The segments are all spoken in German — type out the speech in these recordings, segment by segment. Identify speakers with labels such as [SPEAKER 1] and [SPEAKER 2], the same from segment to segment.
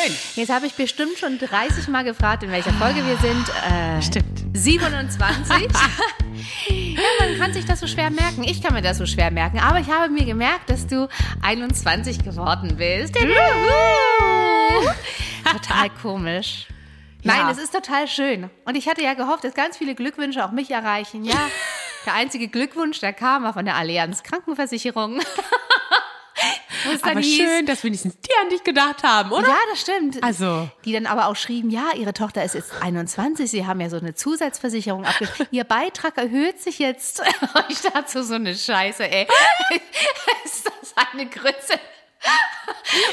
[SPEAKER 1] Nein.
[SPEAKER 2] Jetzt habe ich bestimmt schon 30 Mal gefragt, in welcher Folge wir sind. Äh,
[SPEAKER 1] Stimmt.
[SPEAKER 2] 27. ja, man kann sich das so schwer merken. Ich kann mir das so schwer merken. Aber ich habe mir gemerkt, dass du 21 geworden bist. Total komisch. Nein,
[SPEAKER 1] Ja.
[SPEAKER 2] es ist total schön. Und ich hatte ja gehofft, dass ganz viele Glückwünsche auch mich erreichen. Ja, der einzige Glückwunsch, der kam, war von der Allianz Krankenversicherung. Wo es dann
[SPEAKER 1] Aber
[SPEAKER 2] hieß,
[SPEAKER 1] schön, dass wenigstens die an dich gedacht haben, oder?
[SPEAKER 2] ja, das stimmt.
[SPEAKER 1] Also.
[SPEAKER 2] Die dann aber auch schrieben, ja, ihre Tochter ist jetzt 21, sie haben ja so eine Zusatzversicherung abgeschlossen. Ihr Beitrag erhöht sich jetzt. Und ich dachte so eine Scheiße, ey. ist das eine Grütze?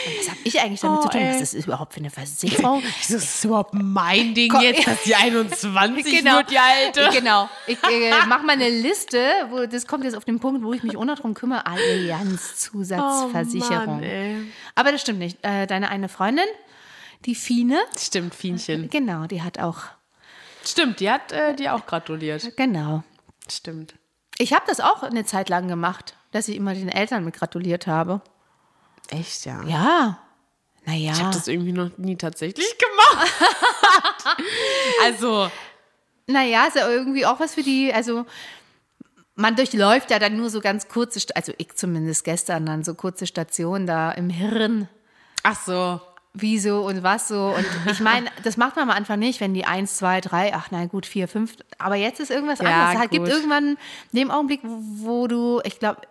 [SPEAKER 2] Und was habe ich eigentlich damit
[SPEAKER 1] Oh,
[SPEAKER 2] zu tun?
[SPEAKER 1] ey.
[SPEAKER 2] Was ist das überhaupt für eine Versicherung?
[SPEAKER 1] Wieso ist das überhaupt mein Ding
[SPEAKER 2] Komm,
[SPEAKER 1] jetzt,
[SPEAKER 2] ja.
[SPEAKER 1] dass die 21 wird, die Alte?
[SPEAKER 2] Genau. Ich äh, mache mal eine Liste, wo, das kommt jetzt auf den Punkt, wo ich mich auch noch drum kümmere. Allianz
[SPEAKER 1] Oh Mann,
[SPEAKER 2] Zusatzversicherung.
[SPEAKER 1] ey.
[SPEAKER 2] aber das stimmt nicht. Äh, deine eine Freundin, die Fine,
[SPEAKER 1] Stimmt, Fienchen.
[SPEAKER 2] genau, die hat auch,
[SPEAKER 1] Stimmt, die hat äh, dir auch gratuliert.
[SPEAKER 2] genau.
[SPEAKER 1] Stimmt.
[SPEAKER 2] Ich habe das auch eine Zeit lang gemacht, dass ich immer den Eltern mit gratuliert habe.
[SPEAKER 1] Echt, ja.
[SPEAKER 2] Ja. Naja.
[SPEAKER 1] Ich habe das irgendwie noch nie tatsächlich gemacht. also,
[SPEAKER 2] Naja, ist ja irgendwie auch was für die, also man durchläuft ja dann nur so ganz kurze, Sta- also ich zumindest gestern dann so kurze Stationen da im Hirn,
[SPEAKER 1] ach so.
[SPEAKER 2] wie so und was so. Und ich meine, das macht man am Anfang nicht, wenn die 1, 2, 3, ach nein, gut, 4, 5, aber jetzt ist irgendwas
[SPEAKER 1] Ja,
[SPEAKER 2] anderes. Es gibt
[SPEAKER 1] gut.
[SPEAKER 2] irgendwann, in dem Augenblick, wo du, ich glaube,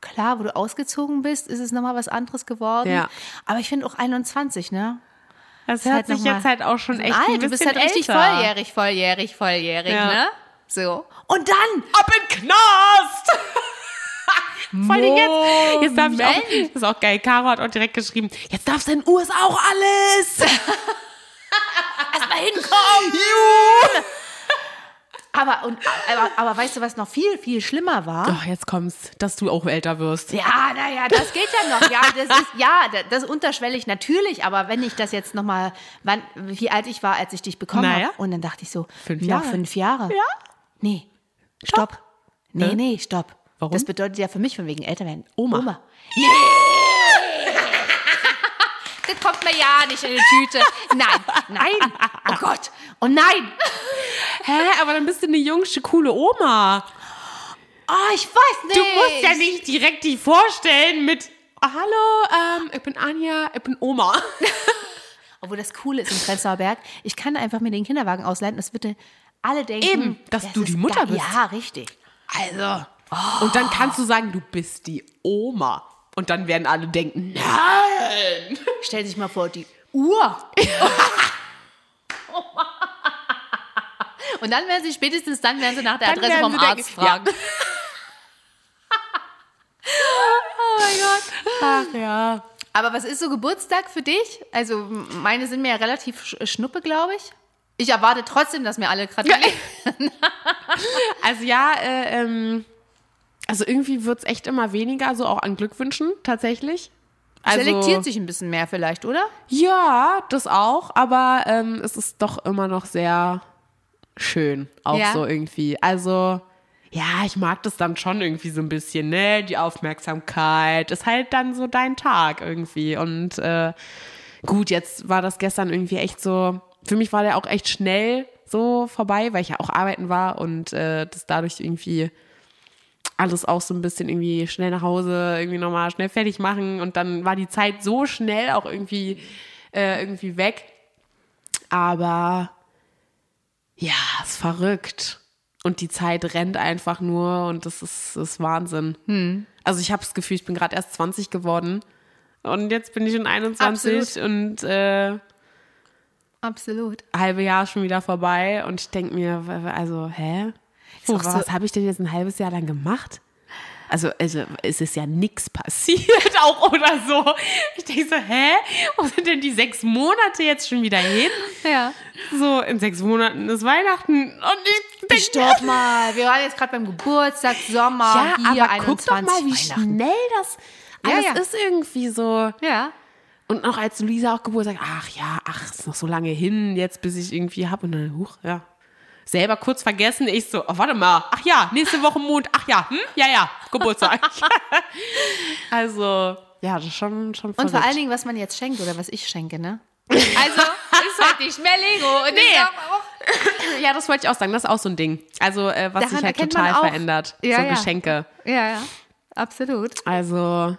[SPEAKER 2] klar, wo du ausgezogen bist, ist es nochmal was anderes geworden.
[SPEAKER 1] Ja.
[SPEAKER 2] Aber ich finde auch 21, ne?
[SPEAKER 1] Das
[SPEAKER 2] halt
[SPEAKER 1] hört sich
[SPEAKER 2] noch mal-
[SPEAKER 1] jetzt halt auch schon echt ein
[SPEAKER 2] Alt,
[SPEAKER 1] bisschen
[SPEAKER 2] du bist halt richtig
[SPEAKER 1] älter.
[SPEAKER 2] volljährig, volljährig, volljährig,
[SPEAKER 1] Ja.
[SPEAKER 2] ne? So. Und dann
[SPEAKER 1] Ab in den Knast! Vor allem jetzt, jetzt darf ich auch,
[SPEAKER 2] Moment.
[SPEAKER 1] das ist auch geil, Caro hat auch direkt geschrieben, jetzt darfst du in den USA auch alles!
[SPEAKER 2] erstmal hinkommen.
[SPEAKER 1] Juhu!
[SPEAKER 2] Aber, und, aber, aber weißt du, was noch viel, viel schlimmer war?
[SPEAKER 1] Doch, jetzt kommst, dass du auch älter wirst.
[SPEAKER 2] Ja, naja, das geht ja noch. Ja, das ist, ja, da- das unterschwellig natürlich, aber wenn ich das jetzt nochmal, wann, wie alt ich war, als ich dich bekommen
[SPEAKER 1] Naja.
[SPEAKER 2] habe. Und dann dachte ich so,
[SPEAKER 1] Fünf
[SPEAKER 2] noch
[SPEAKER 1] Jahre.
[SPEAKER 2] fünf Jahre.
[SPEAKER 1] Ja?
[SPEAKER 2] Nee, stopp. Nee,
[SPEAKER 1] Hä?
[SPEAKER 2] nee, stopp.
[SPEAKER 1] Warum?
[SPEAKER 2] Das bedeutet ja für mich von wegen älter werden.
[SPEAKER 1] Oma.
[SPEAKER 2] Oma. Das kommt mir ja nicht in die Tüte. Nein, nein. Oh Gott. Oh nein.
[SPEAKER 1] Hä, aber dann bist du eine jungsche, coole Oma.
[SPEAKER 2] Oh, ich weiß nicht.
[SPEAKER 1] Du musst ja nicht direkt die vorstellen mit, hallo, ähm, ich bin Anja, ich bin Oma.
[SPEAKER 2] Obwohl das Coole ist im Prenzlauer Berg, ich kann einfach mir den Kinderwagen ausleihen. Das bitte alle denken.
[SPEAKER 1] Eben, dass
[SPEAKER 2] das
[SPEAKER 1] du die
[SPEAKER 2] ist
[SPEAKER 1] Mutter
[SPEAKER 2] geil.
[SPEAKER 1] bist.
[SPEAKER 2] Ja, richtig.
[SPEAKER 1] Also. Und dann kannst du sagen, du bist die Oma. Und dann werden alle denken, nein.
[SPEAKER 2] Stell dich mal vor, die Uhr. Und dann werden sie spätestens dann werden sie nach der
[SPEAKER 1] Dann
[SPEAKER 2] Adresse
[SPEAKER 1] werden
[SPEAKER 2] vom
[SPEAKER 1] sie denken-
[SPEAKER 2] Arzt fragen.
[SPEAKER 1] Oh Ach ja.
[SPEAKER 2] Aber was ist so Geburtstag für dich? Also m- meine sind mir ja relativ sch- schnuppe, glaube ich. Ich erwarte trotzdem, dass mir alle gratulieren.
[SPEAKER 1] Also ja, äh, ähm, also irgendwie wird es echt immer weniger, so auch an Glückwünschen tatsächlich. Also,
[SPEAKER 2] Selektiert sich ein bisschen mehr vielleicht, oder?
[SPEAKER 1] Ja, das auch, aber ähm, es ist doch immer noch sehr schön, auch
[SPEAKER 2] Ja.
[SPEAKER 1] so irgendwie. Also, ja, ich mag das dann schon irgendwie so ein bisschen, ne? Die Aufmerksamkeit ist halt dann so dein Tag irgendwie. Und äh, gut, jetzt war das gestern irgendwie echt so, für mich war der auch echt schnell so vorbei, weil ich ja auch arbeiten war und äh, das dadurch irgendwie alles auch so ein bisschen irgendwie schnell nach Hause, irgendwie nochmal schnell fertig machen und dann war die Zeit so schnell auch irgendwie, äh, irgendwie weg. Aber ja, ist verrückt. Und die Zeit rennt einfach nur und das ist, ist Wahnsinn.
[SPEAKER 2] Hm.
[SPEAKER 1] Also ich habe das Gefühl, ich bin gerade erst 20 geworden und jetzt bin ich schon 21
[SPEAKER 2] Absolut.
[SPEAKER 1] und äh,
[SPEAKER 2] Absolut.
[SPEAKER 1] halbe Jahr schon wieder vorbei und ich denke mir, w- w- also, hä?
[SPEAKER 2] auch
[SPEAKER 1] Aber
[SPEAKER 2] so-
[SPEAKER 1] was habe ich denn jetzt ein halbes Jahr lang gemacht? Also, also es ist ja nichts passiert, auch oder so. Ich denke so, hä? Wo sind denn die sechs Monate jetzt schon wieder hin?
[SPEAKER 2] Ja.
[SPEAKER 1] So, in sechs Monaten ist Weihnachten und ich
[SPEAKER 2] Stopp mal, wir waren jetzt gerade beim Geburtstag, Sommer,
[SPEAKER 1] Ja,
[SPEAKER 2] hier
[SPEAKER 1] aber
[SPEAKER 2] 21,
[SPEAKER 1] guck doch mal, wie
[SPEAKER 2] Weihnachten.
[SPEAKER 1] schnell das
[SPEAKER 2] Ja,
[SPEAKER 1] alles
[SPEAKER 2] ja.
[SPEAKER 1] ist irgendwie so.
[SPEAKER 2] Ja.
[SPEAKER 1] Und auch als Luisa auch Geburtstag, ach ja, ach, ist noch so lange hin, jetzt bis ich irgendwie hab und dann, huch, ja. Selber kurz vergessen, ich so, oh, warte mal, ach ja, nächste Woche Mond, ach ja, hm? ja, ja, Geburtstag. also, ja, das ist schon, schon
[SPEAKER 2] Und vor
[SPEAKER 1] verrückt.
[SPEAKER 2] allen Dingen, was man jetzt schenkt oder was ich schenke, ne? Also ist halt nicht mehr Lego. Und ich
[SPEAKER 1] Nee.
[SPEAKER 2] glaube auch,
[SPEAKER 1] Ja, das wollte ich auch sagen. Das ist auch so ein Ding. Also, äh, was
[SPEAKER 2] Daran
[SPEAKER 1] sich halt
[SPEAKER 2] erkennt
[SPEAKER 1] total
[SPEAKER 2] man auch-
[SPEAKER 1] verändert.
[SPEAKER 2] Ja,
[SPEAKER 1] so
[SPEAKER 2] ja.
[SPEAKER 1] Geschenke.
[SPEAKER 2] Ja, ja, absolut.
[SPEAKER 1] Also.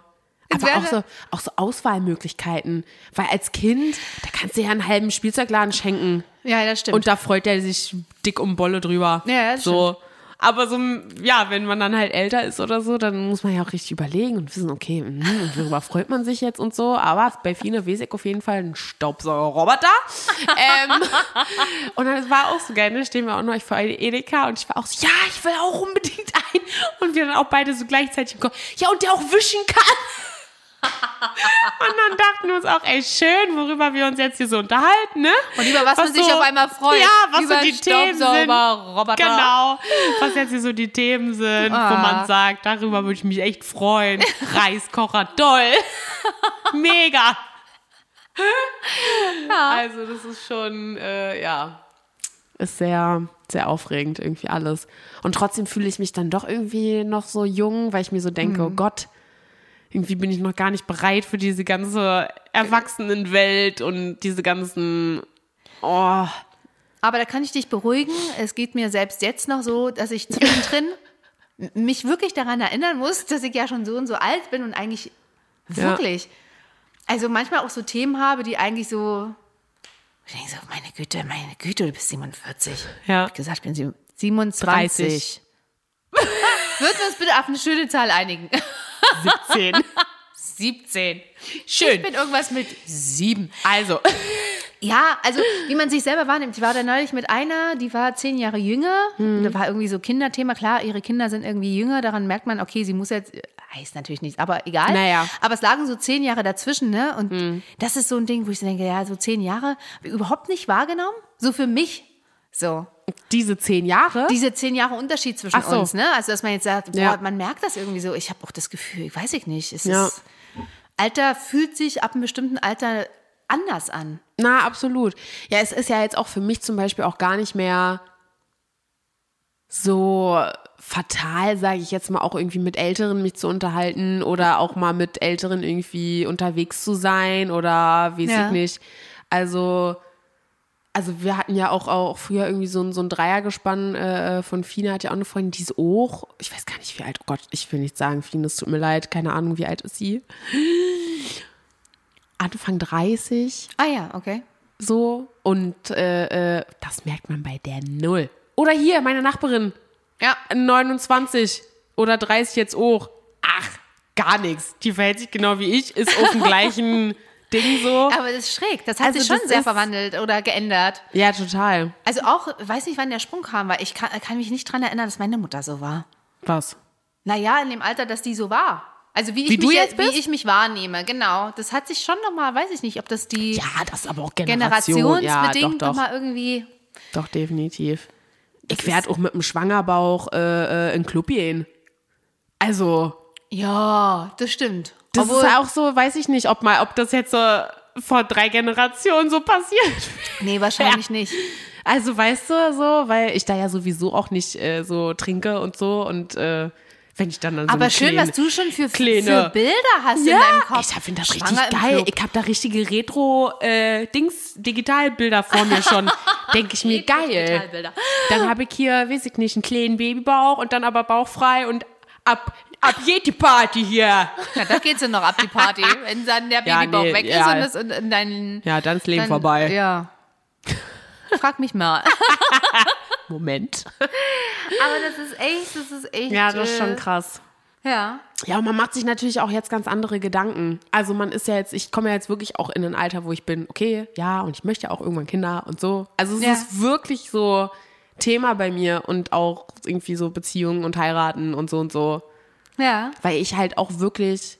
[SPEAKER 2] Jetzt
[SPEAKER 1] Aber auch so,
[SPEAKER 2] wäre-
[SPEAKER 1] auch so Auswahlmöglichkeiten. Weil als Kind, da kannst du ja einen halben Spielzeugladen schenken.
[SPEAKER 2] Ja, das stimmt.
[SPEAKER 1] Und da freut er sich dick um Bolle drüber.
[SPEAKER 2] Ja, ja, das
[SPEAKER 1] so. Aber so, ja, wenn man dann halt älter ist oder so, dann muss man ja auch richtig überlegen und wissen, okay, mhm, und worüber freut man sich jetzt und so. Aber bei Fine Wesek auf jeden Fall ein Staubsaugerroboter. ähm, und dann war auch so geil, ne? Stehen wir auch noch vor Edeka und ich war auch so, ja, ich will auch unbedingt einen. Und wir dann auch beide so gleichzeitig im Kopf, ja, und der auch wischen kann. und dann dachten wir uns auch, ey, schön, worüber wir uns jetzt hier so unterhalten, ne?
[SPEAKER 2] Und über was, man sich auf einmal freut.
[SPEAKER 1] Ja, was
[SPEAKER 2] über
[SPEAKER 1] so die Themen sind.
[SPEAKER 2] Roboter.
[SPEAKER 1] Genau, was jetzt hier so die Themen sind, wo
[SPEAKER 2] Ah.
[SPEAKER 1] man sagt, darüber würde ich mich echt freuen. Reiskocher, toll. Mega. Also das ist schon, äh, ja, ist sehr, sehr aufregend irgendwie alles. Und trotzdem fühle ich mich dann doch irgendwie noch so jung, weil ich mir so denke, oh Gott, irgendwie bin ich noch gar nicht bereit für diese ganze Erwachsenenwelt und diese ganzen, oh,
[SPEAKER 2] Aber da kann ich dich beruhigen. Es geht mir selbst jetzt noch so, dass ich zwischendrin mich wirklich daran erinnern muss, dass ich ja schon so und so alt bin und eigentlich
[SPEAKER 1] Ja.
[SPEAKER 2] wirklich. Also manchmal auch so Themen habe, die eigentlich so. Ich denke so, meine Güte, meine Güte, du bist 47.
[SPEAKER 1] Ja.
[SPEAKER 2] Ich hab gesagt, ich bin sie- 27. Würden wir uns bitte auf eine schöne Zahl einigen?
[SPEAKER 1] 17.
[SPEAKER 2] 17. Ich
[SPEAKER 1] Schön.
[SPEAKER 2] bin irgendwas mit 7.
[SPEAKER 1] Also,
[SPEAKER 2] Ja, also wie man sich selber wahrnimmt. Ich war da neulich mit einer, die war zehn Jahre jünger.
[SPEAKER 1] Hm.
[SPEAKER 2] Da war irgendwie so Kinderthema. Klar, ihre Kinder sind irgendwie jünger. Daran merkt man, okay, sie muss jetzt, heißt natürlich nichts, aber egal.
[SPEAKER 1] Naja. Hm.
[SPEAKER 2] Aber es lagen so zehn Jahre dazwischen, ne? Und das ist so ein Ding, wo ich so denke, ja, so zehn Jahre hab ich überhaupt nicht wahrgenommen. So für mich. So,
[SPEAKER 1] diese zehn Jahre.
[SPEAKER 2] diese zehn Jahre Unterschied zwischen
[SPEAKER 1] Ach so.
[SPEAKER 2] uns, ne? Also, dass man jetzt sagt, boah,
[SPEAKER 1] Ja.
[SPEAKER 2] man merkt das irgendwie so. Ich habe auch das Gefühl, ich weiß ich nicht. Es
[SPEAKER 1] Ja.
[SPEAKER 2] ist, Alter fühlt sich ab einem bestimmten Alter anders an.
[SPEAKER 1] Na, absolut. Ja, es ist ja jetzt auch für mich zum Beispiel auch gar nicht mehr so fatal, sage ich jetzt mal, auch irgendwie mit Älteren mich zu unterhalten oder auch mal mit Älteren irgendwie unterwegs zu sein oder weiß
[SPEAKER 2] Ja.
[SPEAKER 1] ich nicht. Also, also wir hatten ja auch, auch früher irgendwie so ein, so ein Dreiergespann äh, von Fina, hat ja auch eine Freundin, die ist auch, ich weiß gar nicht wie alt, oh Gott, ich will nicht sagen, Fina, es tut mir leid, keine Ahnung, wie alt ist sie? Anfang 30
[SPEAKER 2] Ah ja, okay.
[SPEAKER 1] so und äh, äh, das merkt man bei der Null. Oder hier, meine Nachbarin,
[SPEAKER 2] Ja,
[SPEAKER 1] 29 oder 30 jetzt auch. Ach, gar nichts. Die verhält sich genau wie ich, ist auf dem gleichen Ding so.
[SPEAKER 2] aber das ist schräg. Das hat
[SPEAKER 1] Also
[SPEAKER 2] sich schon
[SPEAKER 1] das
[SPEAKER 2] sehr
[SPEAKER 1] ist-
[SPEAKER 2] verwandelt oder geändert.
[SPEAKER 1] Ja, total.
[SPEAKER 2] Also auch, weiß nicht, wann der Sprung kam, weil ich kann, kann mich nicht dran erinnern, dass meine Mutter so war.
[SPEAKER 1] Was?
[SPEAKER 2] Naja, in dem Alter, dass die so war. Also wie ich,
[SPEAKER 1] Wie
[SPEAKER 2] mich,
[SPEAKER 1] du jetzt bist?
[SPEAKER 2] Wie ich mich wahrnehme, genau. Das hat sich schon nochmal, weiß ich nicht, ob das die
[SPEAKER 1] Ja, das ist aber auch Generation. ja, doch,
[SPEAKER 2] generationsbedingt noch
[SPEAKER 1] doch.
[SPEAKER 2] nochmal irgendwie
[SPEAKER 1] Doch, definitiv. Ich werde auch mit dem Schwangerbauch äh, äh, in den Club gehen. Also,
[SPEAKER 2] Ja, das stimmt.
[SPEAKER 1] das
[SPEAKER 2] Obwohl,
[SPEAKER 1] ist ja auch so, weiß ich nicht, ob mal, ob das jetzt so vor drei Generationen so passiert.
[SPEAKER 2] nee, wahrscheinlich nicht.
[SPEAKER 1] Also weißt du, so, weil ich da ja sowieso auch nicht äh, so trinke und so und äh, wenn ich dann dann so
[SPEAKER 2] Aber
[SPEAKER 1] eine
[SPEAKER 2] schön,
[SPEAKER 1] kleine-
[SPEAKER 2] was du schon für,
[SPEAKER 1] kleine-
[SPEAKER 2] für Bilder hast
[SPEAKER 1] ja,
[SPEAKER 2] in deinem Kopf.
[SPEAKER 1] ich finde das
[SPEAKER 2] Schwanger
[SPEAKER 1] richtig
[SPEAKER 2] im
[SPEAKER 1] geil.
[SPEAKER 2] Club.
[SPEAKER 1] Ich habe da richtige Retro-Dings-Digitalbilder vor mir schon. Denke ich mir, geil.
[SPEAKER 2] Digitalbilder.
[SPEAKER 1] Dann habe ich hier, weiß ich nicht, einen kleinen Babybauch und dann aber bauchfrei und ab, ab geht die Party hier.
[SPEAKER 2] Ja, da geht's ja noch ab die Party, wenn dann der
[SPEAKER 1] Ja,
[SPEAKER 2] Babybauch
[SPEAKER 1] nee,
[SPEAKER 2] weg
[SPEAKER 1] ja.
[SPEAKER 2] ist und das in, in deinen
[SPEAKER 1] Ja, dann ist Leben
[SPEAKER 2] Dann-
[SPEAKER 1] vorbei.
[SPEAKER 2] Ja. Frag mich mal.
[SPEAKER 1] Moment.
[SPEAKER 2] Aber das ist echt, das ist echt.
[SPEAKER 1] Ja, das ist schon
[SPEAKER 2] äh,
[SPEAKER 1] krass.
[SPEAKER 2] Ja.
[SPEAKER 1] Ja, und man macht sich natürlich auch jetzt ganz andere Gedanken. Also man ist ja jetzt, ich komme ja jetzt wirklich auch in ein Alter, wo ich bin, okay, ja, und ich möchte ja auch irgendwann Kinder und so. Also es
[SPEAKER 2] Ja.
[SPEAKER 1] ist wirklich so Thema bei mir und auch irgendwie so Beziehungen und heiraten und so und so.
[SPEAKER 2] Ja.
[SPEAKER 1] Weil ich halt auch wirklich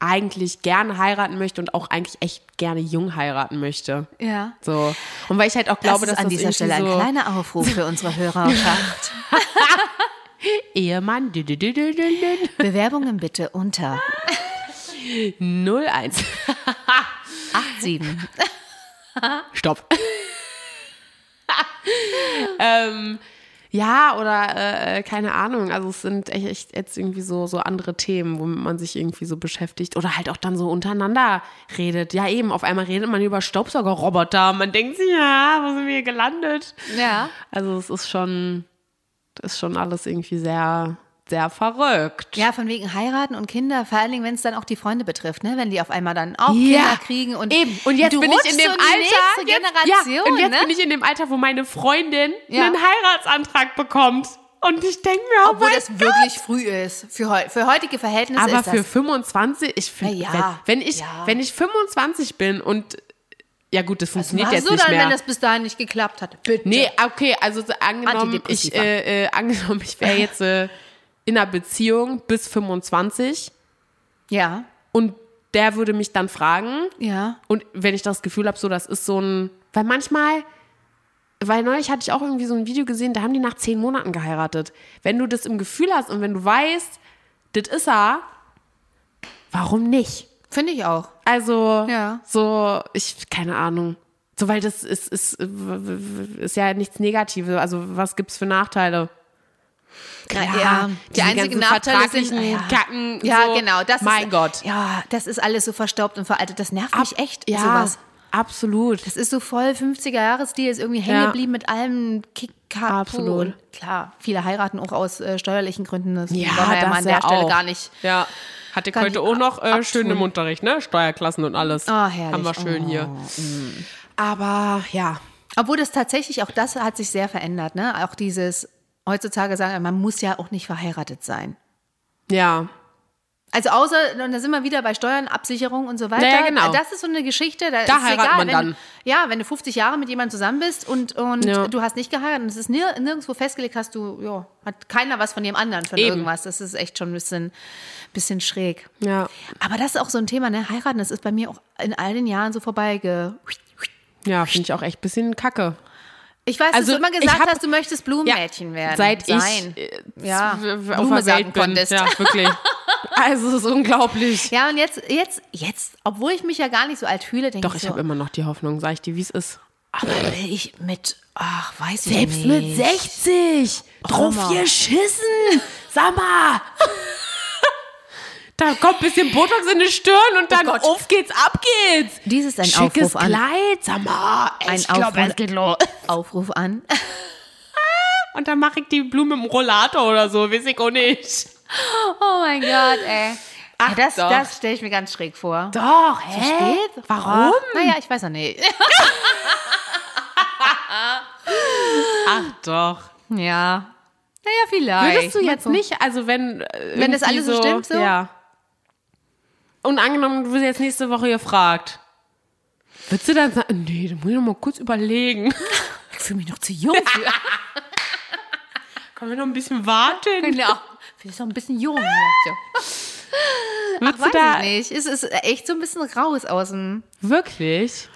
[SPEAKER 1] eigentlich gerne heiraten möchte und auch eigentlich echt gerne jung heiraten möchte.
[SPEAKER 2] Ja.
[SPEAKER 1] So. Und weil ich halt auch glaube,
[SPEAKER 2] das ist
[SPEAKER 1] dass
[SPEAKER 2] an
[SPEAKER 1] das
[SPEAKER 2] dieser
[SPEAKER 1] irgendwie
[SPEAKER 2] Stelle ein
[SPEAKER 1] so
[SPEAKER 2] kleiner Aufruf für unsere Hörerschaft.
[SPEAKER 1] Ehemann dü- dü- dü- dü- dü- dü-
[SPEAKER 2] Bewerbungen bitte unter
[SPEAKER 1] 01.
[SPEAKER 2] 87.
[SPEAKER 1] Stopp. ähm, Ja, oder äh, keine Ahnung. Also es sind echt, echt jetzt irgendwie so, so andere Themen, womit man sich irgendwie so beschäftigt oder halt auch dann so untereinander redet. Ja, eben, auf einmal redet man über Staubsaugerroboter. Man denkt sich, ja, wo sind wir hier gelandet?
[SPEAKER 2] Ja.
[SPEAKER 1] Also es ist schon, es ist schon alles irgendwie sehr, sehr verrückt.
[SPEAKER 2] Ja, von wegen heiraten und Kinder, vor allen Dingen, wenn es dann auch die Freunde betrifft, ne? Wenn die auf einmal dann auch
[SPEAKER 1] Ja.
[SPEAKER 2] Kinder kriegen und
[SPEAKER 1] Eben. Und jetzt
[SPEAKER 2] du
[SPEAKER 1] bin ich in
[SPEAKER 2] rutschst
[SPEAKER 1] dem
[SPEAKER 2] so die
[SPEAKER 1] Alter.
[SPEAKER 2] nächste Generation,
[SPEAKER 1] ja, und jetzt
[SPEAKER 2] ne?
[SPEAKER 1] bin ich in dem Alter, wo meine Freundin
[SPEAKER 2] Ja.
[SPEAKER 1] einen Heiratsantrag bekommt. Und ich denke mir, oh
[SPEAKER 2] Obwohl
[SPEAKER 1] mein
[SPEAKER 2] das wirklich früh ist. Für, heu für heutige Verhältnisse
[SPEAKER 1] Aber
[SPEAKER 2] ist
[SPEAKER 1] für
[SPEAKER 2] das.
[SPEAKER 1] 25, ich finde,
[SPEAKER 2] Na ja,
[SPEAKER 1] wenn, wenn ich,
[SPEAKER 2] ja.
[SPEAKER 1] wenn ich 25 bin und ja gut, das funktioniert
[SPEAKER 2] Machst
[SPEAKER 1] jetzt
[SPEAKER 2] du
[SPEAKER 1] nicht
[SPEAKER 2] dann,
[SPEAKER 1] mehr.
[SPEAKER 2] wenn das bis dahin nicht geklappt hat? Bitte.
[SPEAKER 1] nee, okay, also so angenommen, ich,
[SPEAKER 2] Antidepressiva.
[SPEAKER 1] äh, äh, angenommen, ich wäre jetzt äh, in einer Beziehung bis 25
[SPEAKER 2] Ja,
[SPEAKER 1] und der würde mich dann fragen
[SPEAKER 2] ja.
[SPEAKER 1] und wenn ich das Gefühl habe, so das ist so ein, weil manchmal weil neulich hatte ich auch irgendwie so ein Video gesehen, da haben die nach zehn Monaten geheiratet. Wenn du das im Gefühl hast und wenn du weißt, das ist er, warum nicht?
[SPEAKER 2] Finde ich auch.
[SPEAKER 1] Also,
[SPEAKER 2] Ja.
[SPEAKER 1] so, ich, keine Ahnung. So, weil das ist, ist, ist ja nichts Negatives. Also, was gibt's für Nachteile?
[SPEAKER 2] Ja, die
[SPEAKER 1] diese
[SPEAKER 2] einzigen
[SPEAKER 1] ganzen
[SPEAKER 2] Nachteile sind
[SPEAKER 1] vertraglichen
[SPEAKER 2] ja.
[SPEAKER 1] Kacken.
[SPEAKER 2] Ja,
[SPEAKER 1] so.
[SPEAKER 2] genau. Das
[SPEAKER 1] mein
[SPEAKER 2] ist,
[SPEAKER 1] Gott.
[SPEAKER 2] Ja, das ist alles so verstaubt und veraltet. Das nervt mich echt.
[SPEAKER 1] Ja,
[SPEAKER 2] Sowas.
[SPEAKER 1] absolut.
[SPEAKER 2] Das ist so voll 50er-Jahres-Stil, ist irgendwie hängen
[SPEAKER 1] Ja.
[SPEAKER 2] geblieben mit allem Kick, Kapu.
[SPEAKER 1] Absolut.
[SPEAKER 2] Und Klar, viele heiraten auch aus äh, steuerlichen Gründen. Das
[SPEAKER 1] ja,
[SPEAKER 2] wollen wir ja mal an
[SPEAKER 1] das ja
[SPEAKER 2] der Stelle
[SPEAKER 1] auch.
[SPEAKER 2] gar nicht.
[SPEAKER 1] Ja. Hatte ich
[SPEAKER 2] gar
[SPEAKER 1] heute
[SPEAKER 2] nicht
[SPEAKER 1] auch noch äh,
[SPEAKER 2] abtun.
[SPEAKER 1] schön im Unterricht, ne? Steuerklassen und alles.
[SPEAKER 2] Ah, herrlich.
[SPEAKER 1] Haben wir schön
[SPEAKER 2] Oh,
[SPEAKER 1] hier. Aber ja,
[SPEAKER 2] Obwohl das tatsächlich, auch das hat sich sehr verändert. Ne? Auch dieses, heutzutage sagen, man muss ja auch nicht verheiratet sein.
[SPEAKER 1] ja.
[SPEAKER 2] Also außer, und da sind wir wieder bei Steuern, Absicherung und so weiter.
[SPEAKER 1] Ja, ja, genau.
[SPEAKER 2] Das ist so eine Geschichte, da,
[SPEAKER 1] Da
[SPEAKER 2] ist es
[SPEAKER 1] heiratet
[SPEAKER 2] egal,
[SPEAKER 1] man
[SPEAKER 2] wenn,
[SPEAKER 1] dann.
[SPEAKER 2] Ja, wenn du 50 Jahre mit jemandem zusammen bist und, und
[SPEAKER 1] Ja.
[SPEAKER 2] du hast nicht geheiratet und es ist nir nirgendwo festgelegt, hast du, ja, hat keiner was von dem anderen von
[SPEAKER 1] Eben.
[SPEAKER 2] irgendwas. Das ist echt schon ein bisschen, bisschen schräg.
[SPEAKER 1] Ja.
[SPEAKER 2] Aber das ist auch so ein Thema, ne? Heiraten, das ist bei mir auch in all den Jahren so vorbeigeht.
[SPEAKER 1] Ja, finde ich auch echt ein bisschen kacke.
[SPEAKER 2] Ich weiß,
[SPEAKER 1] Also,
[SPEAKER 2] dass du immer
[SPEAKER 1] ich
[SPEAKER 2] gesagt
[SPEAKER 1] hab-
[SPEAKER 2] hast, du möchtest Blumenmädchen werden.
[SPEAKER 1] Seit
[SPEAKER 2] sein.
[SPEAKER 1] ich äh,
[SPEAKER 2] Ja,
[SPEAKER 1] z- auf
[SPEAKER 2] Blume
[SPEAKER 1] der
[SPEAKER 2] sagen
[SPEAKER 1] Welt bin.
[SPEAKER 2] konntest.
[SPEAKER 1] Ja, wirklich. Also es ist unglaublich.
[SPEAKER 2] Ja, und jetzt, jetzt, jetzt, obwohl ich mich ja gar nicht so alt fühle, denke
[SPEAKER 1] Doch,
[SPEAKER 2] ich
[SPEAKER 1] ich
[SPEAKER 2] so,
[SPEAKER 1] habe immer noch die Hoffnung, sag ich dir, wie es ist.
[SPEAKER 2] aber will ich mit, ach, weiß ich nicht.
[SPEAKER 1] 60
[SPEAKER 2] drauf
[SPEAKER 1] geschissen. Sag mal. Da kommt ein bisschen Botox in die Stirn und dann auf geht's, ab geht's.
[SPEAKER 2] Dies ist Oh ein Aufruf
[SPEAKER 1] Schickes
[SPEAKER 2] an-
[SPEAKER 1] Kleid, sag mal.
[SPEAKER 2] Ein
[SPEAKER 1] ich glaub,
[SPEAKER 2] Aufruf-
[SPEAKER 1] es geht los.
[SPEAKER 2] Aufruf an.
[SPEAKER 1] Und dann mache ich die Blume im Rollator oder so, weiß ich auch nicht.
[SPEAKER 2] Oh mein Gott, ey. Ach, ja, das
[SPEAKER 1] doch.
[SPEAKER 2] das stelle ich mir ganz schräg vor.
[SPEAKER 1] Doch, hä?
[SPEAKER 2] Steht?
[SPEAKER 1] Warum?
[SPEAKER 2] Ach, Ah, naja, ich weiß ja nicht.
[SPEAKER 1] Ach doch.
[SPEAKER 2] Ja. Naja, vielleicht.
[SPEAKER 1] Würdest du
[SPEAKER 2] Mal
[SPEAKER 1] jetzt
[SPEAKER 2] gucken.
[SPEAKER 1] nicht, also wenn. äh,
[SPEAKER 2] Wenn das
[SPEAKER 1] irgendwie
[SPEAKER 2] alles so stimmt, so?
[SPEAKER 1] Ja. Und angenommen, du wirst jetzt nächste Woche gefragt. Würdest du dann sagen, nee, da muss ich noch mal kurz überlegen.
[SPEAKER 2] Ich fühle mich noch zu jung. für-
[SPEAKER 1] Können wir noch ein bisschen warten?
[SPEAKER 2] genau. Ich bin noch ein bisschen jung. jetzt.
[SPEAKER 1] Würdest
[SPEAKER 2] Weiß
[SPEAKER 1] du da
[SPEAKER 2] ich nicht. Es ist echt so ein bisschen raus aus dem.
[SPEAKER 1] wirklich?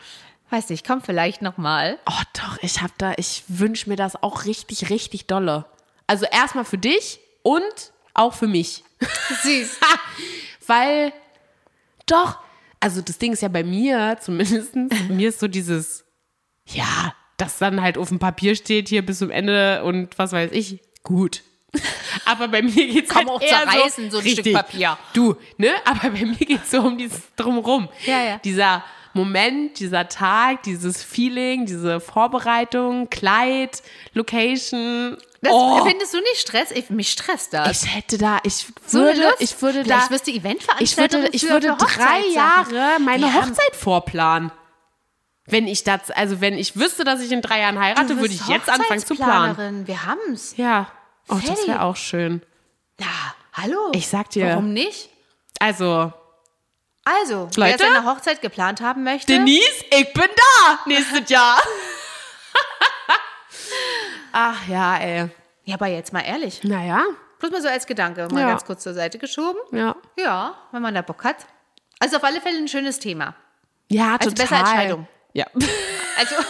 [SPEAKER 2] Weiß nicht, komm vielleicht nochmal.
[SPEAKER 1] Oh doch, ich hab da, ich wünsche mir das auch richtig, richtig dolle. Also erstmal für dich und auch für mich.
[SPEAKER 2] Süß.
[SPEAKER 1] Weil, doch, also das Ding ist ja bei mir zumindest, mir ist so dieses, ja, das dann halt auf dem Papier steht hier bis zum Ende und was weiß ich, gut. Aber bei mir geht's
[SPEAKER 2] Komm,
[SPEAKER 1] halt
[SPEAKER 2] auch
[SPEAKER 1] eher
[SPEAKER 2] zerreißen, so
[SPEAKER 1] so
[SPEAKER 2] ein Stück
[SPEAKER 1] richtig,
[SPEAKER 2] Papier.
[SPEAKER 1] Du, ne? Aber bei mir geht's so um dieses Drumrum.
[SPEAKER 2] Ja, ja.
[SPEAKER 1] Dieser Moment, dieser Tag, dieses Feeling, diese Vorbereitung, Kleid, Location.
[SPEAKER 2] Das
[SPEAKER 1] oh,
[SPEAKER 2] findest du nicht Stress? Ich, mich stresst das.
[SPEAKER 1] ich hätte da, ich
[SPEAKER 2] So eine
[SPEAKER 1] würde,
[SPEAKER 2] Lust.
[SPEAKER 1] ich würde da,
[SPEAKER 2] Vielleicht wirst du
[SPEAKER 1] ich
[SPEAKER 2] Eventveranstalterin
[SPEAKER 1] würde, ich
[SPEAKER 2] für-
[SPEAKER 1] würde
[SPEAKER 2] für
[SPEAKER 1] drei
[SPEAKER 2] Hochzeitssachen.
[SPEAKER 1] Jahre meine
[SPEAKER 2] Ja.
[SPEAKER 1] Hochzeit vorplanen. Wenn ich das, also wenn ich wüsste, dass ich in drei Jahren heirate,
[SPEAKER 2] Du
[SPEAKER 1] würde
[SPEAKER 2] bist
[SPEAKER 1] ich jetzt anfangen zu planen.
[SPEAKER 2] Hochzeitsplanerin. Wir haben's.
[SPEAKER 1] Ja. Oh, das
[SPEAKER 2] Fertig.
[SPEAKER 1] wäre auch schön.
[SPEAKER 2] Ja, hallo.
[SPEAKER 1] Ich sag dir.
[SPEAKER 2] Warum nicht?
[SPEAKER 1] Also,
[SPEAKER 2] Also, wer
[SPEAKER 1] Leute?
[SPEAKER 2] seine Hochzeit geplant haben möchte,
[SPEAKER 1] Denise, ich bin da nächstes Jahr. Ach ja, ey.
[SPEAKER 2] ja, aber jetzt mal ehrlich,
[SPEAKER 1] Naja,
[SPEAKER 2] bloß mal so als Gedanke, mal
[SPEAKER 1] Ja.
[SPEAKER 2] ganz kurz zur Seite geschoben.
[SPEAKER 1] ja.
[SPEAKER 2] Ja, wenn man da Bock hat. Also auf alle Fälle ein schönes Thema.
[SPEAKER 1] Ja,
[SPEAKER 2] Also
[SPEAKER 1] total.
[SPEAKER 2] besser als Scheidung.
[SPEAKER 1] Ja.
[SPEAKER 2] Also und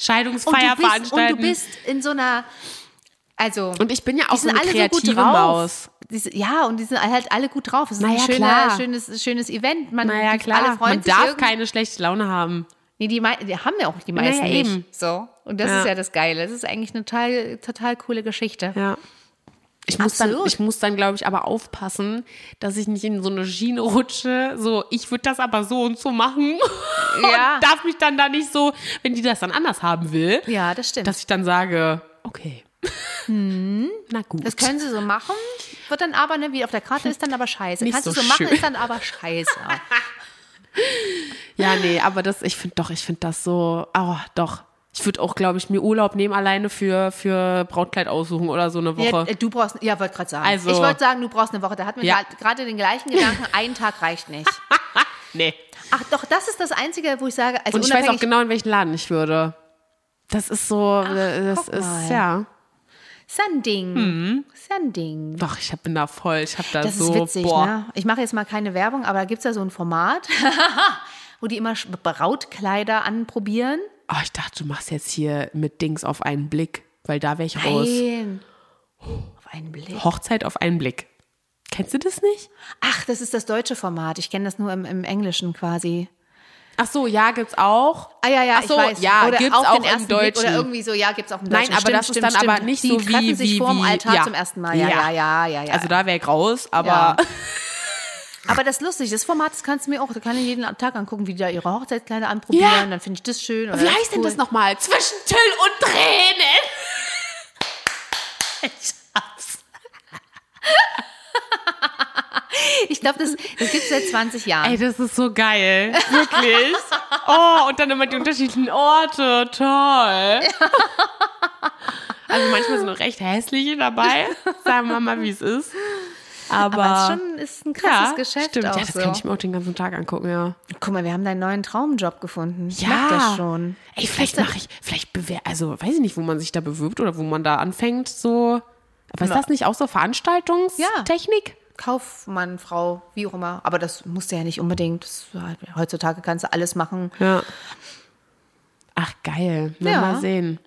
[SPEAKER 1] Scheidungsfeier
[SPEAKER 2] du, bist, und du
[SPEAKER 1] veranstalten.
[SPEAKER 2] bist in so einer, also
[SPEAKER 1] Und ich bin ja
[SPEAKER 2] die
[SPEAKER 1] auch so
[SPEAKER 2] sind
[SPEAKER 1] eine
[SPEAKER 2] alle so
[SPEAKER 1] kreative
[SPEAKER 2] gut drauf.
[SPEAKER 1] Maus.
[SPEAKER 2] Die sind- ja, und die sind halt alle gut drauf. Es ist
[SPEAKER 1] Na
[SPEAKER 2] ein
[SPEAKER 1] ja,
[SPEAKER 2] schöner,
[SPEAKER 1] klar.
[SPEAKER 2] schönes, schönes Event. Man,
[SPEAKER 1] Naja,
[SPEAKER 2] die-
[SPEAKER 1] klar.
[SPEAKER 2] alle freuen
[SPEAKER 1] Man
[SPEAKER 2] sich
[SPEAKER 1] darf
[SPEAKER 2] irgend-
[SPEAKER 1] keine schlechte Laune haben.
[SPEAKER 2] Nee, die, mei- die haben ja auch die meisten
[SPEAKER 1] Naja,
[SPEAKER 2] nicht.
[SPEAKER 1] eben.
[SPEAKER 2] So. Und das
[SPEAKER 1] Ja.
[SPEAKER 2] ist ja das Geile. Das ist eigentlich eine total, total coole Geschichte.
[SPEAKER 1] Ja. Ich muss dann,
[SPEAKER 2] Absolut.
[SPEAKER 1] ich muss dann, glaube ich, aber aufpassen, dass ich nicht in so eine Schiene rutsche. So, ich würde das aber so und so machen.
[SPEAKER 2] Ja.
[SPEAKER 1] Und darf mich dann da nicht so, wenn die das dann anders haben will,
[SPEAKER 2] Ja, das stimmt.
[SPEAKER 1] dass ich dann sage, okay. Hm, Na gut.
[SPEAKER 2] Das können sie so machen, wird dann aber, ne, wie auf der Karte ist dann aber scheiße.
[SPEAKER 1] Hm. Nicht
[SPEAKER 2] Kannst
[SPEAKER 1] so
[SPEAKER 2] du so machen,
[SPEAKER 1] schön.
[SPEAKER 2] ist dann aber scheiße.
[SPEAKER 1] ja, nee, aber das, ich finde doch, ich finde das so, ah, doch. Ich würde auch, glaube ich, mir Urlaub nehmen, alleine für, für Brautkleid aussuchen oder so eine
[SPEAKER 2] ja,
[SPEAKER 1] Woche.
[SPEAKER 2] äh, du brauchst, ja, wollte gerade sagen.
[SPEAKER 1] Also-
[SPEAKER 2] ich wollte sagen, du brauchst eine Woche. Da hatten wir
[SPEAKER 1] Ja. Ah,
[SPEAKER 2] gra- gerade den gleichen Gedanken, ein Tag reicht nicht.
[SPEAKER 1] nee.
[SPEAKER 2] Ach doch, das ist das Einzige, wo ich sage, also
[SPEAKER 1] Und ich weiß auch
[SPEAKER 2] unabhängig,
[SPEAKER 1] genau, in welchen Laden ich würde. Das ist so, das
[SPEAKER 2] guck
[SPEAKER 1] ist,
[SPEAKER 2] mal.
[SPEAKER 1] ja.
[SPEAKER 2] Sanding. Sanding.
[SPEAKER 1] Doch, ich hab- bin da voll. Ich habe da
[SPEAKER 2] Das
[SPEAKER 1] Hm. so.
[SPEAKER 2] ist witzig,
[SPEAKER 1] boah.
[SPEAKER 2] ne? Ich mache jetzt mal keine Werbung, aber da gibt es ja so ein Format, wo die immer Sch- Brautkleider anprobieren.
[SPEAKER 1] Oh, ich dachte, du machst jetzt hier mit Dings auf einen Blick, weil da wäre ich raus.
[SPEAKER 2] Nein. Auf einen Blick.
[SPEAKER 1] Hochzeit auf einen Blick. Kennst du das nicht?
[SPEAKER 2] Ach, das ist das deutsche Format. Ich kenne das nur im, im Englischen quasi.
[SPEAKER 1] Ach so, ja, gibt's auch.
[SPEAKER 2] Ah ja, ja,
[SPEAKER 1] Ach so,
[SPEAKER 2] ich weiß.
[SPEAKER 1] ja,
[SPEAKER 2] oder
[SPEAKER 1] gibt's
[SPEAKER 2] auf
[SPEAKER 1] auch
[SPEAKER 2] den ersten
[SPEAKER 1] im
[SPEAKER 2] Blick oder
[SPEAKER 1] Deutschen.
[SPEAKER 2] irgendwie so, ja, gibt's auch im
[SPEAKER 1] Nein,
[SPEAKER 2] Deutschen.
[SPEAKER 1] aber
[SPEAKER 2] stimmt,
[SPEAKER 1] das ist
[SPEAKER 2] stimmt,
[SPEAKER 1] dann
[SPEAKER 2] stimmt.
[SPEAKER 1] aber nicht
[SPEAKER 2] die
[SPEAKER 1] so
[SPEAKER 2] treffen
[SPEAKER 1] wie-
[SPEAKER 2] sich
[SPEAKER 1] wie-
[SPEAKER 2] vorm
[SPEAKER 1] wie-
[SPEAKER 2] Altar
[SPEAKER 1] ja.
[SPEAKER 2] zum ersten Mal. Ja, ja,
[SPEAKER 1] Ja.
[SPEAKER 2] ja, ja, ja.
[SPEAKER 1] Also da wäre ich raus, aber
[SPEAKER 2] aber das ist lustig, das Format, das kannst du mir auch, da kann ich jeden Tag angucken, wie die da ihre Hochzeitskleider anprobieren,
[SPEAKER 1] Ja.
[SPEAKER 2] dann finde ich das schön. oder
[SPEAKER 1] wie heißt denn
[SPEAKER 2] cool.
[SPEAKER 1] das nochmal? Zwischen Tüll und Tränen. Ich hab's.
[SPEAKER 2] Ich glaube, das, das gibt es seit 20 Jahren.
[SPEAKER 1] Ey, das ist so geil. Wirklich. Oh, und dann immer die unterschiedlichen Orte. Toll. Also manchmal sind noch recht hässliche dabei. Sagen wir mal, wie es ist. Aber,
[SPEAKER 2] aber es ist Also schon ist ein krasses Geschäft
[SPEAKER 1] Stimmt,
[SPEAKER 2] auch
[SPEAKER 1] ja, das
[SPEAKER 2] so.
[SPEAKER 1] kann ich mir auch den ganzen Tag angucken, ja.
[SPEAKER 2] Guck mal, wir haben deinen neuen Traumjob gefunden. Ich
[SPEAKER 1] Ja.
[SPEAKER 2] mag das schon.
[SPEAKER 1] Ey, vielleicht mache ich, vielleicht bewer, also weiß ich nicht, wo man sich da bewirbt oder wo man da anfängt, so. Aber ist das nicht auch so Veranstaltungstechnik?
[SPEAKER 2] Kaufmann, Frau, wie auch immer. Aber das musst du ja nicht unbedingt. Das, halt, heutzutage kannst du alles machen.
[SPEAKER 1] Ja. Ach, geil. Na,
[SPEAKER 2] Ja.
[SPEAKER 1] Mal sehen.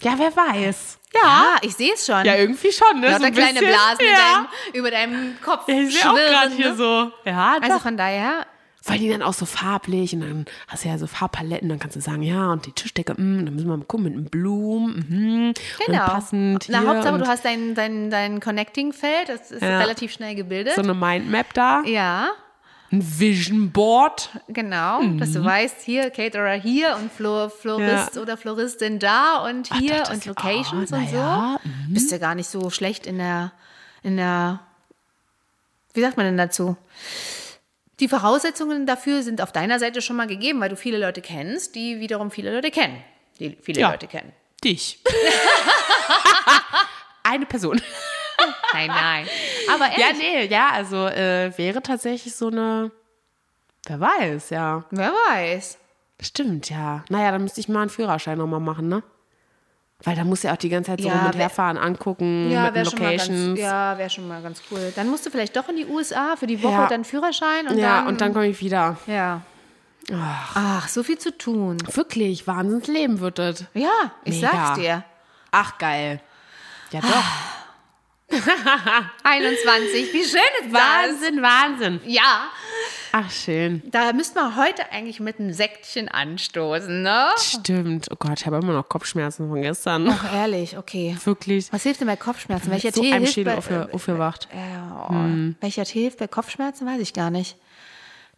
[SPEAKER 1] Ja, wer weiß.
[SPEAKER 2] Ja, ich sehe es schon.
[SPEAKER 1] Ja, irgendwie schon, ne?
[SPEAKER 2] Lauter
[SPEAKER 1] so ein
[SPEAKER 2] kleine
[SPEAKER 1] bisschen.
[SPEAKER 2] Blasen
[SPEAKER 1] ja.
[SPEAKER 2] in deinem, über deinem Kopf
[SPEAKER 1] ja, ich sehe auch gerade
[SPEAKER 2] schwirren.
[SPEAKER 1] hier
[SPEAKER 2] ne?
[SPEAKER 1] so. Ja,
[SPEAKER 2] Also
[SPEAKER 1] doch.
[SPEAKER 2] von daher,
[SPEAKER 1] Vor allem dann auch so farblich und dann hast du ja so Farbpaletten, dann kannst du sagen, ja, und die Tischdecke, mh, dann müssen wir mal gucken mit den Blumen, mhm,
[SPEAKER 2] genau.
[SPEAKER 1] und passend
[SPEAKER 2] Na,
[SPEAKER 1] hier
[SPEAKER 2] Hauptsache,
[SPEAKER 1] und
[SPEAKER 2] du hast dein, dein, dein Connecting-Feld, das ist
[SPEAKER 1] Ja.
[SPEAKER 2] relativ schnell gebildet.
[SPEAKER 1] so eine Mindmap da,
[SPEAKER 2] ja,
[SPEAKER 1] ein Vision Board.
[SPEAKER 2] genau, dass du weißt, hier Caterer hier und Flor, Florist oder Floristin da und
[SPEAKER 1] doch,
[SPEAKER 2] hier
[SPEAKER 1] das-
[SPEAKER 2] und Locations
[SPEAKER 1] ah,
[SPEAKER 2] und
[SPEAKER 1] na
[SPEAKER 2] so. Mhm.
[SPEAKER 1] ja,
[SPEAKER 2] Bist du gar nicht so schlecht in der, in der, wie sagt man denn dazu? Die Voraussetzungen dafür sind auf deiner Seite schon mal gegeben, weil du viele Leute kennst, die wiederum viele Leute kennen, die viele
[SPEAKER 1] Ja.
[SPEAKER 2] Leute kennen.
[SPEAKER 1] Dich. Eine Person.
[SPEAKER 2] Nein, nein. Aber ehrlich,
[SPEAKER 1] Ja, nee, ja, also äh, wäre tatsächlich so eine, wer weiß, ja.
[SPEAKER 2] wer weiß.
[SPEAKER 1] Stimmt, ja. Naja, dann müsste ich mal einen Führerschein nochmal machen, ne? Weil da muss ja auch die ganze Zeit so
[SPEAKER 2] Ja,
[SPEAKER 1] mit
[SPEAKER 2] wer-
[SPEAKER 1] herfahren, angucken,
[SPEAKER 2] Ja,
[SPEAKER 1] mit den
[SPEAKER 2] wäre schon, mal
[SPEAKER 1] Locations.
[SPEAKER 2] ganz- ja, wär schon mal ganz cool. Dann musst du vielleicht doch in die USA für die Woche
[SPEAKER 1] Ja.
[SPEAKER 2] dann Führerschein und
[SPEAKER 1] ja,
[SPEAKER 2] dann.
[SPEAKER 1] und dann komme ich wieder.
[SPEAKER 2] Ja. Ach. so viel zu tun.
[SPEAKER 1] Wirklich, Wahnsinnsleben wird das.
[SPEAKER 2] Ja, ich
[SPEAKER 1] Mega.
[SPEAKER 2] sag's dir.
[SPEAKER 1] Ach, geil. Ja,
[SPEAKER 2] Ah,
[SPEAKER 1] doch.
[SPEAKER 2] 21, wie schön es war.
[SPEAKER 1] Wahnsinn, Wahnsinn.
[SPEAKER 2] Ja,
[SPEAKER 1] Ach, schön.
[SPEAKER 2] da müssten wir heute eigentlich mit einem Sektchen anstoßen, ne?
[SPEAKER 1] Stimmt. Oh Gott, ich habe immer noch Kopfschmerzen von gestern.
[SPEAKER 2] Ach, ehrlich, okay.
[SPEAKER 1] Wirklich.
[SPEAKER 2] Was hilft denn bei Kopfschmerzen? Welcher
[SPEAKER 1] so
[SPEAKER 2] Tee
[SPEAKER 1] einem
[SPEAKER 2] hilft
[SPEAKER 1] Schädel
[SPEAKER 2] bei,
[SPEAKER 1] aufge aufgewacht.
[SPEAKER 2] Ja, oh. Welcher Tee hilft bei Kopfschmerzen, weiß ich gar nicht.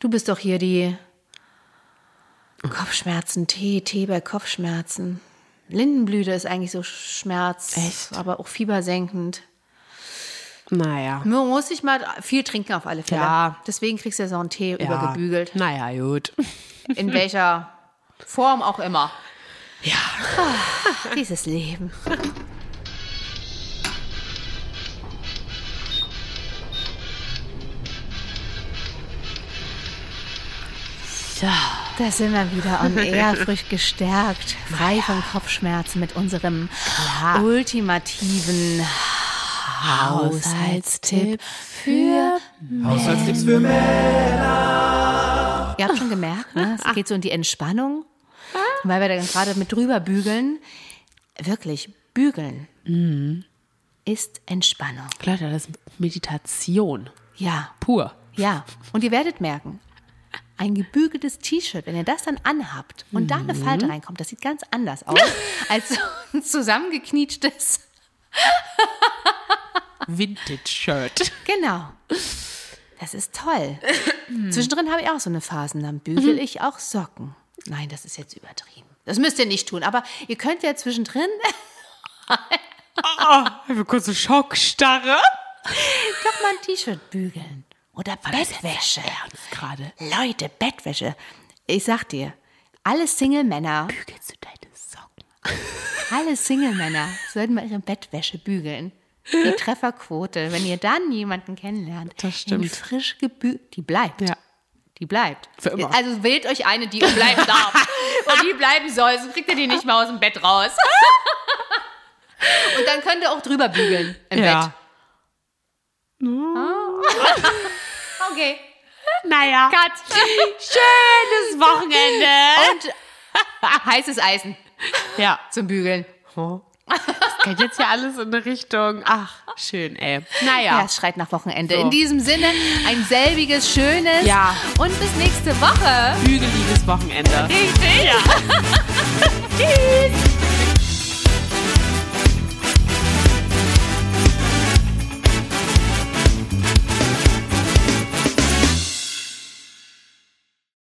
[SPEAKER 2] Du bist doch hier die Kopfschmerzen, Tee, Tee bei Kopfschmerzen. Lindenblüte ist eigentlich so Schmerz,
[SPEAKER 1] Echt?
[SPEAKER 2] aber auch fiebersenkend.
[SPEAKER 1] Naja.
[SPEAKER 2] Man muss sich mal viel trinken auf alle Fälle.
[SPEAKER 1] Ja.
[SPEAKER 2] Deswegen kriegst du ja so einen Tee
[SPEAKER 1] Ja.
[SPEAKER 2] übergebügelt.
[SPEAKER 1] Naja, gut.
[SPEAKER 2] In welcher Form auch immer. Ah,
[SPEAKER 1] Ja.
[SPEAKER 2] Dieses Leben.
[SPEAKER 1] Ja.
[SPEAKER 2] Da sind wir wieder on air, frisch gestärkt, frei von Kopfschmerzen mit unserem ultimativen Haushaltstipp für.
[SPEAKER 3] Haushaltstipps für
[SPEAKER 2] Ihr habt schon gemerkt, ne? es geht so in die Entspannung, weil wir da gerade mit drüber bügeln. Wirklich, bügeln ist Entspannung.
[SPEAKER 1] Leute, das ist Meditation.
[SPEAKER 2] Ja,
[SPEAKER 1] Pur.
[SPEAKER 2] ja. Und ihr werdet merken, ein gebügeltes T-Shirt, wenn ihr das dann anhabt und da eine Falte reinkommt, das sieht ganz anders aus als so ein zusammengeknietschtes.
[SPEAKER 1] Vintage-Shirt.
[SPEAKER 2] Genau. Das ist toll. Zwischendrin habe ich auch so eine Phasen, dann bügel ich auch Socken. Nein, das ist jetzt übertrieben. Das müsst ihr nicht tun, aber ihr könnt ja zwischendrin
[SPEAKER 1] Ah, ich habe kurze Schockstarre.
[SPEAKER 2] doch mal ein T-Shirt bügeln. Oder Bettwäsche.
[SPEAKER 1] Ernst gerade.
[SPEAKER 2] Leute, Bettwäsche. Ich sag dir, alle Single-Männer,
[SPEAKER 1] Bügelst du deine Socken?
[SPEAKER 2] alle Single-Männer sollten mal ihre Bettwäsche bügeln. Die Trefferquote, wenn ihr dann jemanden kennenlernt,
[SPEAKER 1] Das
[SPEAKER 2] in
[SPEAKER 1] stimmt.
[SPEAKER 2] frisch gebügelt, die bleibt.
[SPEAKER 1] Ja.
[SPEAKER 2] Die bleibt.
[SPEAKER 1] Für immer.
[SPEAKER 2] Also wählt euch eine, die bleiben darf. Und die bleiben soll, sonst kriegt ihr die nicht mal aus dem Bett raus. Und dann könnt ihr auch drüber bügeln im Bett.
[SPEAKER 1] Ja.
[SPEAKER 2] Okay,
[SPEAKER 1] Naja.
[SPEAKER 2] cut.
[SPEAKER 1] Schönes
[SPEAKER 2] Und
[SPEAKER 1] Wochenende.
[SPEAKER 2] heißes Eisen
[SPEAKER 1] Ja.
[SPEAKER 2] zum Bügeln.
[SPEAKER 1] Oh. Das geht jetzt ja alles in eine Richtung. Ach, schön, ey.
[SPEAKER 2] Ja,
[SPEAKER 1] Naja.
[SPEAKER 2] es schreit nach Wochenende.
[SPEAKER 1] Ah So.
[SPEAKER 2] In diesem Sinne, ein selbiges, schönes
[SPEAKER 1] Ja.
[SPEAKER 2] und bis nächste Woche.
[SPEAKER 1] Bügeliges Wochenende.
[SPEAKER 2] Richtig. Tschüss.